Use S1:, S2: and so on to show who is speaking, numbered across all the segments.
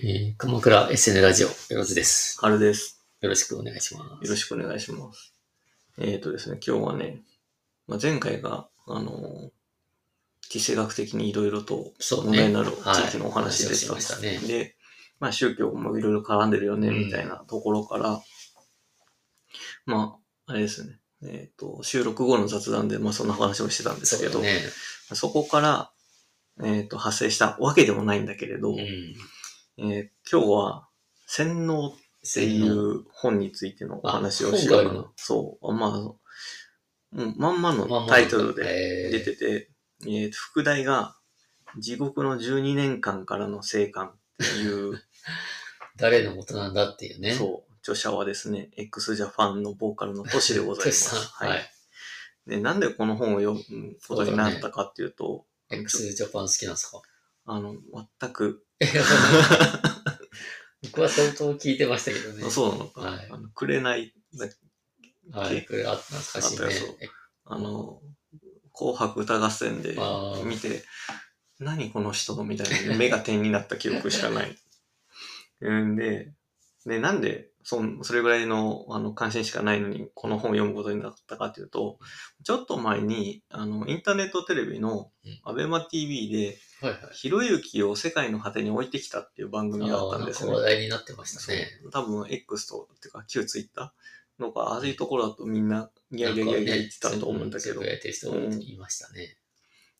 S1: えー、鎌倉 SN ラジオ、よろずです。
S2: カルです。
S1: よろしくお願いしま
S2: よろしくお願いします。えっ、ー、とですね、今日はね、まあ、前回が、あのー地政学的にいろいろと
S1: す。そう
S2: 問
S1: ね。
S2: 題になる
S1: はい
S2: 地域のお話でし
S1: 話を
S2: た。
S1: しましたね
S2: で、まあ宗教もいろいろ絡んでるよね、
S1: うん
S2: みたいなところから、まあ、あれですね、えっ、と、収録後の雑談で、まあそんな話をしてたんで
S1: そ
S2: す
S1: う
S2: け
S1: だ
S2: ど、
S1: ね。
S2: そこから、えっ、と、発生したわけでもないんだけれど、
S1: うん。
S2: えー今日は、洗脳ってい
S1: 洗脳。
S2: う本についてのお話をしようかな。そう。まあ、うんまんま
S1: まあま
S2: の
S1: あ
S2: タイトル
S1: え
S2: で
S1: ー
S2: 出てて、えーと副題が、地獄の12年間からの生還っていう、
S1: 誰のことなんだっていうね。
S2: そう、著者はですね、x ジャパンのボーカルのトシでござい
S1: ト
S2: ま
S1: シさん。
S2: す。
S1: はい。
S2: で、なんでこの本を読むことになったかっていうと、
S1: X ジャパン好きなんですか
S2: あの、全く、
S1: 僕は相当聞いてましたけどね。
S2: そうなのか、
S1: はい
S2: あの、くれない、
S1: はい。これ、あ、懐かしいね
S2: あったよそう。あの、紅白歌合戦で
S1: あー
S2: 見て、何この人のみたいな目が点になった記憶しか ない。うんで、で、なんで、そんそれぐらいのあの関心しかないのに、この本を読むことになったかというと、ちょっと前に、あの、インターネットテレビの
S1: うん、
S2: アベマ TV で、
S1: えはいはい。
S2: ひろゆきを世界の果てに置いてきたっていう番組があったんです
S1: あー
S2: ね
S1: なんか話。題になってましたね。
S2: 多分 X と、てか旧 Twitter のか、ああいうところだとみんな、ギャーギャーギャーギャー言ってたと思うんだけど
S1: なんかねつぶ、やいてる人もいましたね。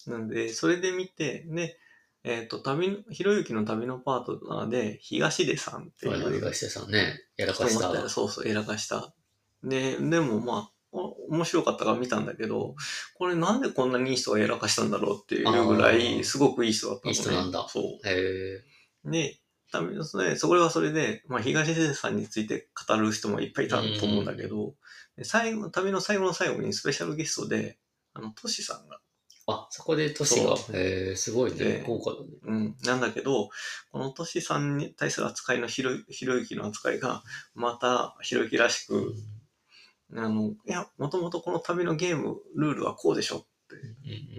S2: なんで、それで見て、で、えっ、と、旅の、ひろゆきの旅のパートナーで、東出さんってい
S1: 我々
S2: う
S1: がしてさんね、やら
S2: 人
S1: かした。
S2: がそうそう、偉かした。で、でもまあ、お面白かったから見たんだけど、これなんでこんなにいい人が偉かしたんだろうっていうぐら
S1: あー
S2: い、すごくいい人だったのね
S1: いい人なんだ
S2: そ
S1: へえ。
S2: う。で、旅の、それそこはそれで、まあ、東出さんについて語る人もいっぱいいたと思うんだけど、で最後、旅の最後の最後にスペシャルゲストで、あの、トシさんが
S1: あ、そこで都市が
S2: そ、う
S1: えー、すごいね
S2: で、
S1: 豪華だね。
S2: うん、なんだけど、このトシさんに対する扱いのひろひろゆきの扱いが、またひろゆきらしく、あの、いや、もともとこの旅のゲーム、ルールはこうでしょ。
S1: うんうん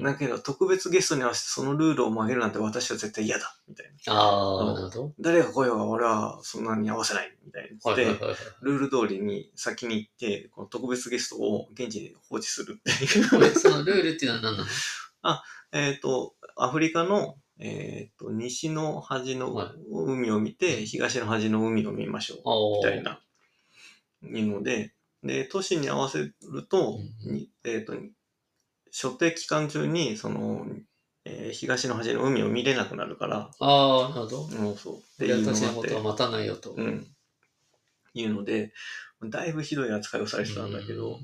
S2: だけど、特別ゲストに合わせてそのルールを曲げるなんて私は絶対嫌だ、みたいな。
S1: あ
S2: う
S1: あ、
S2: ん
S1: なるほ
S2: 誰が来ようが俺はそんなに合わせない、みたい
S1: ど。
S2: な。
S1: はいはいはい
S2: で、
S1: はい。
S2: ルール通りに先に行って、この特別ゲストを現地で放置 するって
S1: こ
S2: い
S1: れ
S2: う。
S1: そのルールっていうのは何な の
S2: えっと、アフリカの、えっと、西の端の
S1: はい
S2: 海を見て、東の端の海を見ましょう。み
S1: あ
S2: た
S1: あ。
S2: いな。いうので、で、都市に合わせると、
S1: うん
S2: にえっ、と、所定期間中に、その、えー東の端の海を見れなくなるから、
S1: ああ、なるほど。
S2: うん、そう。って
S1: い
S2: い
S1: や
S2: うの
S1: 私
S2: が
S1: の
S2: あっ
S1: こ
S2: て
S1: とは、待たないよと。
S2: うん。いうので、だいぶひどい扱いをされてたんだけど、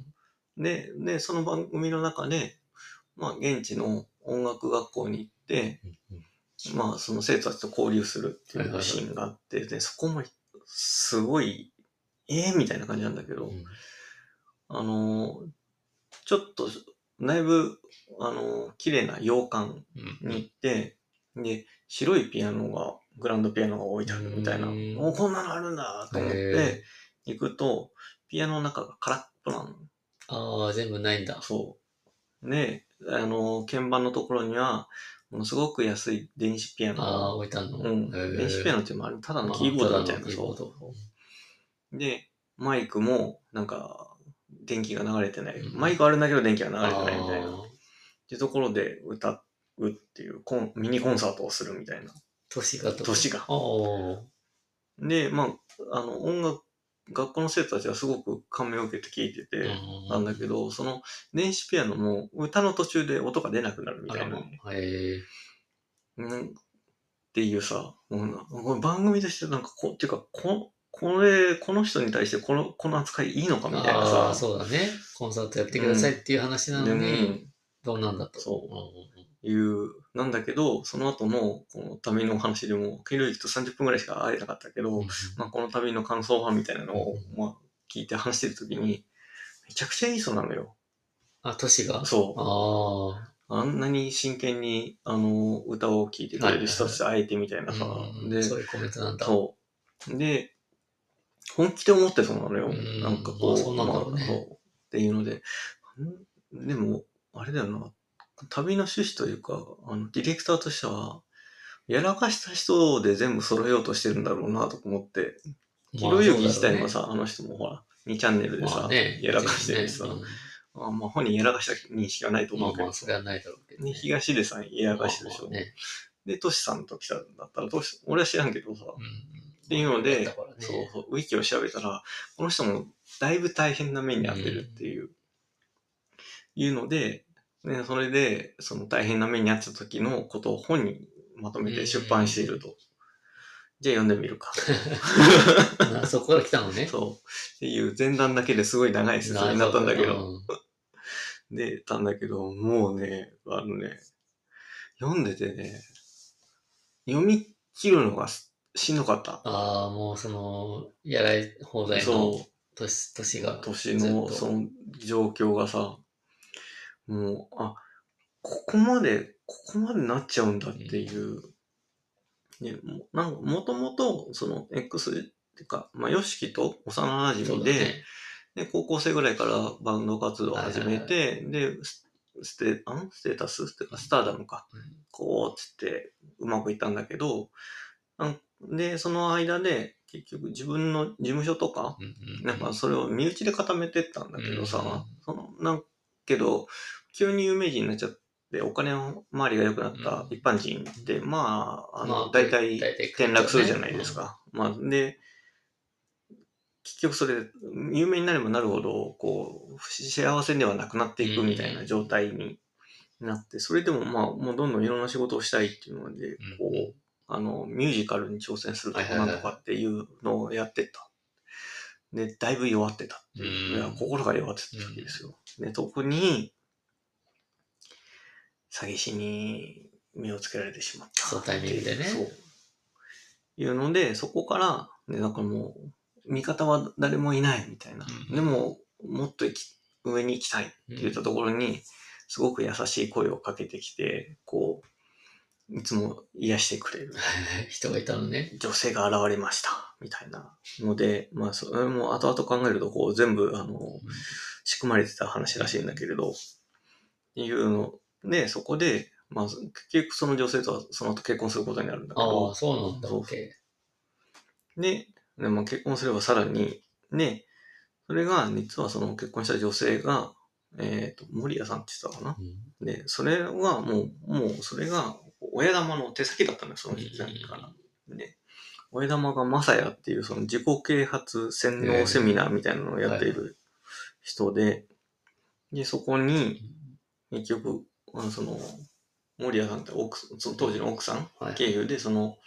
S2: で、で、その番組の中で、まあ、現地の音楽学校に行って、
S1: うんうん
S2: まあ、その生徒たちと交流するって
S1: はいはい
S2: い
S1: は
S2: う
S1: い
S2: シーンがあって、で、そこも、すごい、ええみたいな感じなんだけど、
S1: うん
S2: あのー、ちょっと、だいぶ、あのー、綺麗な洋館
S1: うん
S2: に行って、で、白いピアノが、グランドピアノが置いてあるみたいな、
S1: うん
S2: おこんなのあるんだと思っ
S1: へ
S2: て、行くと、ピアノの中が空っぽなの。
S1: ああ、全部ないんだ。
S2: そう。で、あのー、鍵盤のところには、ものすごく安い電子ピアノ
S1: ああ、
S2: が。
S1: 置いてあるの。
S2: うん。
S1: へー
S2: 電子ピアノっていうのもあれ、ただのキーボードみたい
S1: ま
S2: な。
S1: あキーボード
S2: そうで、マイクも、なんか、電気が流れてない。
S1: うん
S2: マイクあるんだけど電気が流れて
S1: あ
S2: ないみたいな。っ
S1: あ、
S2: ていうところで歌うっていうコン、ミニコンサートをするみたいな。
S1: 都市がと。
S2: 都市が
S1: ああ。
S2: で、まあ、あの、音楽、学校の生徒たちはすごく感銘を受けて聴いてて、なんだけど、その、電子ピアノも歌の途中で音が出なくなるみ
S1: あ
S2: た
S1: ら
S2: いな
S1: ま
S2: ね。。
S1: へえ。
S2: うんっていうさ、もうなこれ番組としてなんかこう、っていうか、ここれ、この人に対してこの、この扱いいいのかみたいな
S1: ああ、
S2: さ、
S1: そうだね。コンサートやってくださいっていう話なの
S2: でも
S1: に、どうなんだと。
S2: そ
S1: ん
S2: うん
S1: うん
S2: いう、なんだけど、その後の、この旅のお話でも、ケルリキと30分ぐらいしか会えなかったけど、まあ、この旅の感想版みたいなのを、まあ、聞いて話してるときに、めちゃくちゃいい人なのよ。
S1: あ、都市が
S2: そ
S1: ああ。
S2: う。あんなに真剣に、あの、歌を聴いてくれる人たちと会えてみたいなさ、
S1: うん
S2: で、
S1: そういうコメントなんだ。
S2: そう。で、本気で思ってそうなのよ。
S1: うん
S2: なんかこ
S1: まあ
S2: う、
S1: そうなんだろうね
S2: まあそっていうので、んでも、あれだよな、旅の趣旨というか、あの、ディレクターとしては、やらかした人で全部揃えようとしてるんだろうなと思って、ひろゆき自体もさ、あの人もほら、2チャンネルでさ、やらかしてるしさ、あまあ本人やらかした認識はないと
S1: ま
S2: 思
S1: あ
S2: うけ
S1: ま
S2: ど
S1: あ、
S2: さ
S1: それはないだろうけど
S2: ね、
S1: ね。
S2: 東出さんやらかしてるでしょ。
S1: ね。
S2: で、トシさんと来たんだったら、トシ俺は知らんけどさ、
S1: うん
S2: っていうので
S1: だからね
S2: そうそう、ウィキを調べたら、この人もだいぶ大変な目に遭ってるっていう、いうので、ね、それで、その大変な目に遭った時のことを本にまとめて出版していると。じゃあ読んでみるか。
S1: あそこから来たのね。
S2: そう。っていう前段だけですごい長い説明になったんだけど、。で、たんだけど、もうね、あのね、読んでてね、読み切るのがしんどかった。
S1: ああ、もうその、やらい放題
S2: そう
S1: の。年、年が。
S2: 年
S1: ずっ
S2: の
S1: と
S2: その状況がさ、もう、あ、ここまで、ここまでなっちゃうんだっていう。ね、もうなんか、もともと、その、X っていうか、まあ、ヨシキと幼馴
S1: そ
S2: 染
S1: う
S2: み
S1: だ
S2: で、
S1: ね。
S2: で、高校生ぐらいからバンド活動を始めて、で、スステ、あんステータスっていうか、スターダムか。
S1: うん
S2: こう、つって、うまくいったんだけど、なんで、その間で、結局自分の事務所とか、
S1: うんうん
S2: なんかそれを身内で固めてったんだけどさ、
S1: うん
S2: そのなんけど急に有名人になっちゃってお金の周りが良くなった
S1: うん
S2: 一般人って、まああの、
S1: まあ
S2: 大体
S1: 大体
S2: 転落するじゃないですか。まあ、で結局それ有名になればなるほどこう不幸せではなくなっていくみたいな状態になってそれでもまあもうどんどんいろんな仕事をしたいっていうのでこう、
S1: うん
S2: あの、ミュージカルに挑戦すると
S1: はい
S2: か
S1: はいは
S2: ないんとかっていうのをやってた。で、だいぶ弱ってたっていう。
S1: うん
S2: いや心が弱ってた時ですよ。で、特に、詐欺師に目をつけられてしまった。
S1: そのタイミングでね
S2: そう。いうので、そこから、ね、なんかもう、味方は誰もいないみたいな。
S1: うん
S2: でも、もっと行き上に行きたいって言ったところに、すごく優しい声をかけてきて、こう、いつも癒してくれる。
S1: 人がいたのね。
S2: 女性が現れました、みたいなので、まあ、それも後々考えると、こう、全部、あの、仕組まれてた話らしいんだけれど、っていうので、そこで、まあ、結局その女性とはその後結婚することになるんだけ
S1: あ
S2: ど
S1: あ、、そうなんだ。
S2: そう
S1: OK。
S2: で、でまあ、結婚すればさらに、ね、それが、実はその結婚した女性が、えっ、と、森谷さんって言ってたかな
S1: うん
S2: で、それはもう、もうそれが親玉の手先だったんだよ、その時代から。で、親玉がマサヤっていうその自己啓発洗脳セミナーみたいなのをやっている人で、で、そこに結局、あのその、森谷さんって奥さんその当時の奥さん
S1: はい
S2: 経由でその、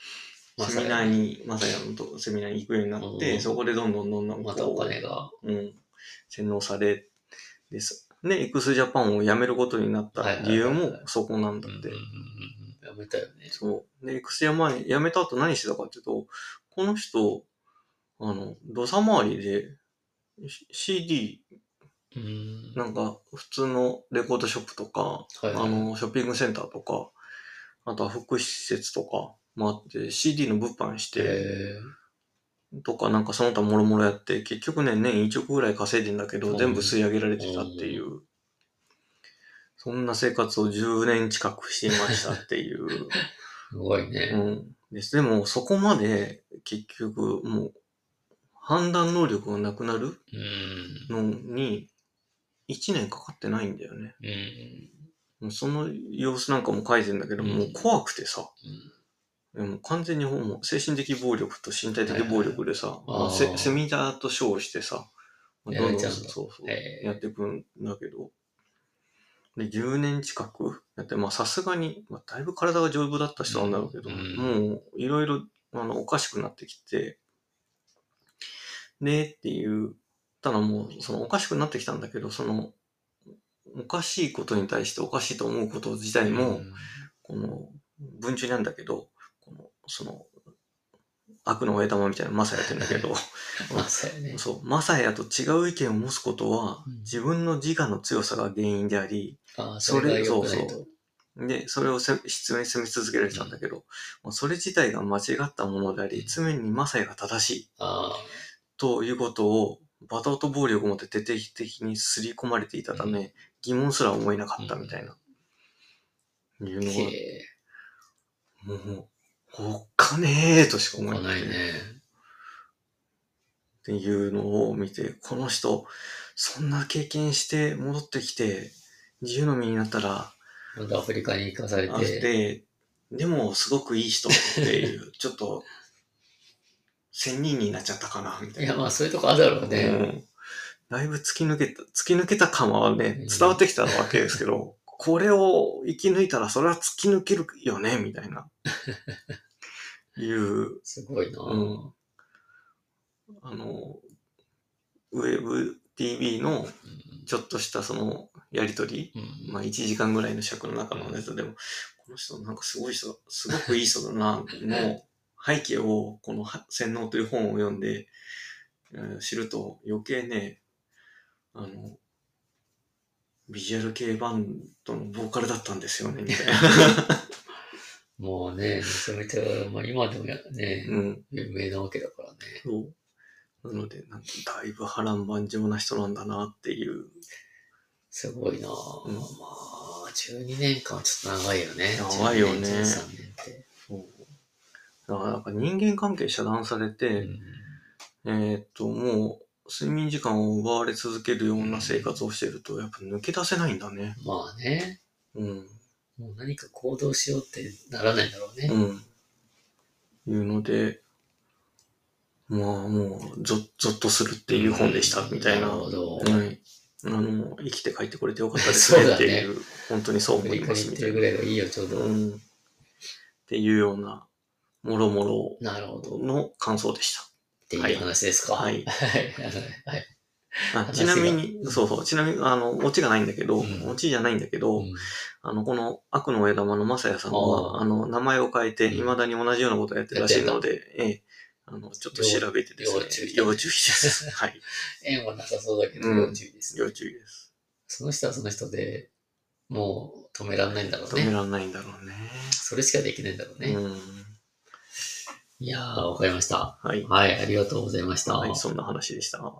S1: マサ
S2: セ
S1: ヤ
S2: ミナーに、マサヤのとセミナーに行くようになっ
S1: う
S2: て、
S1: ん
S2: そこでどんどんどんどんこう
S1: またお金が。
S2: うん、洗脳されです。で、x ジャパンを辞めることになった理由
S1: はいはいはい
S2: も
S1: は
S2: そこなんだ
S1: うんうん
S2: っ
S1: うんう
S2: て。
S1: んやめたよね。
S2: そう。で、x ジャパン辞めた後何してたかっていうと、この人、あの、土佐回りで、C- CD、
S1: うん
S2: なんか普通のレコードショップとか、
S1: は
S2: あ
S1: いはい
S2: の、ショッピングセンターとか、あとは福祉施設とかもあって、CD の物販し
S1: へ
S2: て、
S1: え
S2: とか、なんかその他もろもろやって、結局ね、年1億ぐらい稼いでんだけ
S1: う
S2: ど、
S1: ん
S2: 全部吸い上げられてたっていう、そんな生活を10年近くしていましたって いう。
S1: すごいうね。
S2: ん、ですでも、そこまで結局、もう、判断能力がなくなる
S1: うん。
S2: のに、1年かかってないんだよね。
S1: うん。
S2: もうその様子なんかも書いてんだけど、
S1: うん
S2: もう怖くてさ、
S1: うん
S2: でも完全にもう精神的暴力と身体的暴力でさ、
S1: いはい
S2: まあ
S1: あー
S2: セセミナーと称してさ、どん
S1: やら
S2: ど
S1: れちゃ
S2: んそう
S1: うんだ
S2: そう、
S1: ええ
S2: やっていくんだけど、で、10年近くやって、まあさすがに、まあ、だいぶ体が丈夫だった人なんだろうけど、
S1: うん
S2: もういろいろあのおかしくなってきて、ねっていう、ただもうそのおかしくなってきたんだけど、その、おかしいことに対しておかしいと思うこと自体も、
S1: うん
S2: この文中なんだけど、このその悪の親玉みたいなマサヤって言うんだけど、
S1: まあ、そうやね。
S2: そう、マサヤと違う意見を持つことは
S1: うん
S2: 自分の自我の強さが原因であり、
S1: ああ、
S2: そ
S1: そ
S2: れ
S1: れが良くない
S2: そう
S1: と。
S2: で、それをせ失明責め続けられてたんだけど、もうそれ自体が間違ったものであり、常にマサヤが正しい
S1: ああ。
S2: ということを、バターと暴力を持って徹底的に刷り込まれていたため、
S1: う
S2: 疑問すら思えなかったみたいな。いうの
S1: へ
S2: が
S1: え、
S2: もう、おっかねえとしか思
S1: 来
S2: えな。
S1: ないいね。
S2: っていうのを見て、この人、そんな経験して戻ってきて、自由の身になったら、
S1: またアフリカに行かされ
S2: あ
S1: て。
S2: で、でもすごくいい人って いう、ちょっと、千人になっちゃったかな、みた
S1: い
S2: いな。
S1: や、まあそういうとこあるだろう
S2: う
S1: ね。
S2: んだいぶ突き抜けた、突き抜けた感はね
S1: うん、
S2: 伝わってきたわけです けど、これを生き抜いたらそれは突き抜けるよね、みたい な。いう
S1: すごいな。
S2: うんあの、ウェブ TV のちょっとしたそのやりとり、
S1: うん
S2: まあ1時間ぐらいの尺の中のやつでも、この人なんかすごい人、すごくいい人だな、の背景をこのは洗脳という本を読んで、うん知ると余計ね、あの、ビジュアル系バンドのボーカルだったんですよね、みたいな。
S1: もうね、めちゃめちゃ、まあ今でもやね、
S2: うん
S1: 有名なわけだからね。
S2: そう。なので、なんかだいぶ波乱万丈な人なんだなっていう。
S1: すごいな、ま
S2: ん
S1: あ、12年間はちょっと長いよね。
S2: 長いよね
S1: 12年13年って。
S2: そう。だからなんか人間関係遮断されて、えーっと、もう睡眠時間を奪われ続けるような生活をしてると、やっぱ抜け出せないんだね。
S1: まあね、
S2: うん。
S1: もう何か行動しようってならないだろうね。
S2: うん。いうので、まあもう、ぞ、ぞっとするっていう本でした、みたいな。
S1: なるほど
S2: はい。あの、生きて帰ってこれてよかったですねっていう、本当にそう
S1: アフ
S2: 思い
S1: リカ
S2: ま
S1: に
S2: す、
S1: 行っ
S2: み
S1: て
S2: たい
S1: る
S2: な
S1: ぐ。らいがいいよ、ちょうど。
S2: うん。っていうような、もろもろ
S1: なるほど。っ
S2: の感想でした。
S1: ていう話ですか。
S2: は い
S1: はい。はい。
S2: あ
S1: 話
S2: ち
S1: が
S2: なみに、そうそう、ちなみに、あの、オチがないんだけど、
S1: うん
S2: オチじゃないんだけど、
S1: うん
S2: あの、この悪の枝玉のまさやさんは、
S1: あ
S2: あ
S1: ー
S2: の、名前を変えて、
S1: うん
S2: 未だに同じようなことをやってるらしいので、ええ、あの、ちょっと調べてですね
S1: 要注意、
S2: 要注 意です。はい、
S1: 縁はなさそうだけど、
S2: うん
S1: 要注意ですね、
S2: 要注意です。
S1: その人はその人でもう止めらんないんだろう
S2: 止め
S1: ね。
S2: らんないんだろうね。
S1: それしかできないんだろうね。
S2: うん。
S1: いやー、わかりました。
S2: はい。
S1: はい、ありがとうございました。
S2: はい、そんな話でした。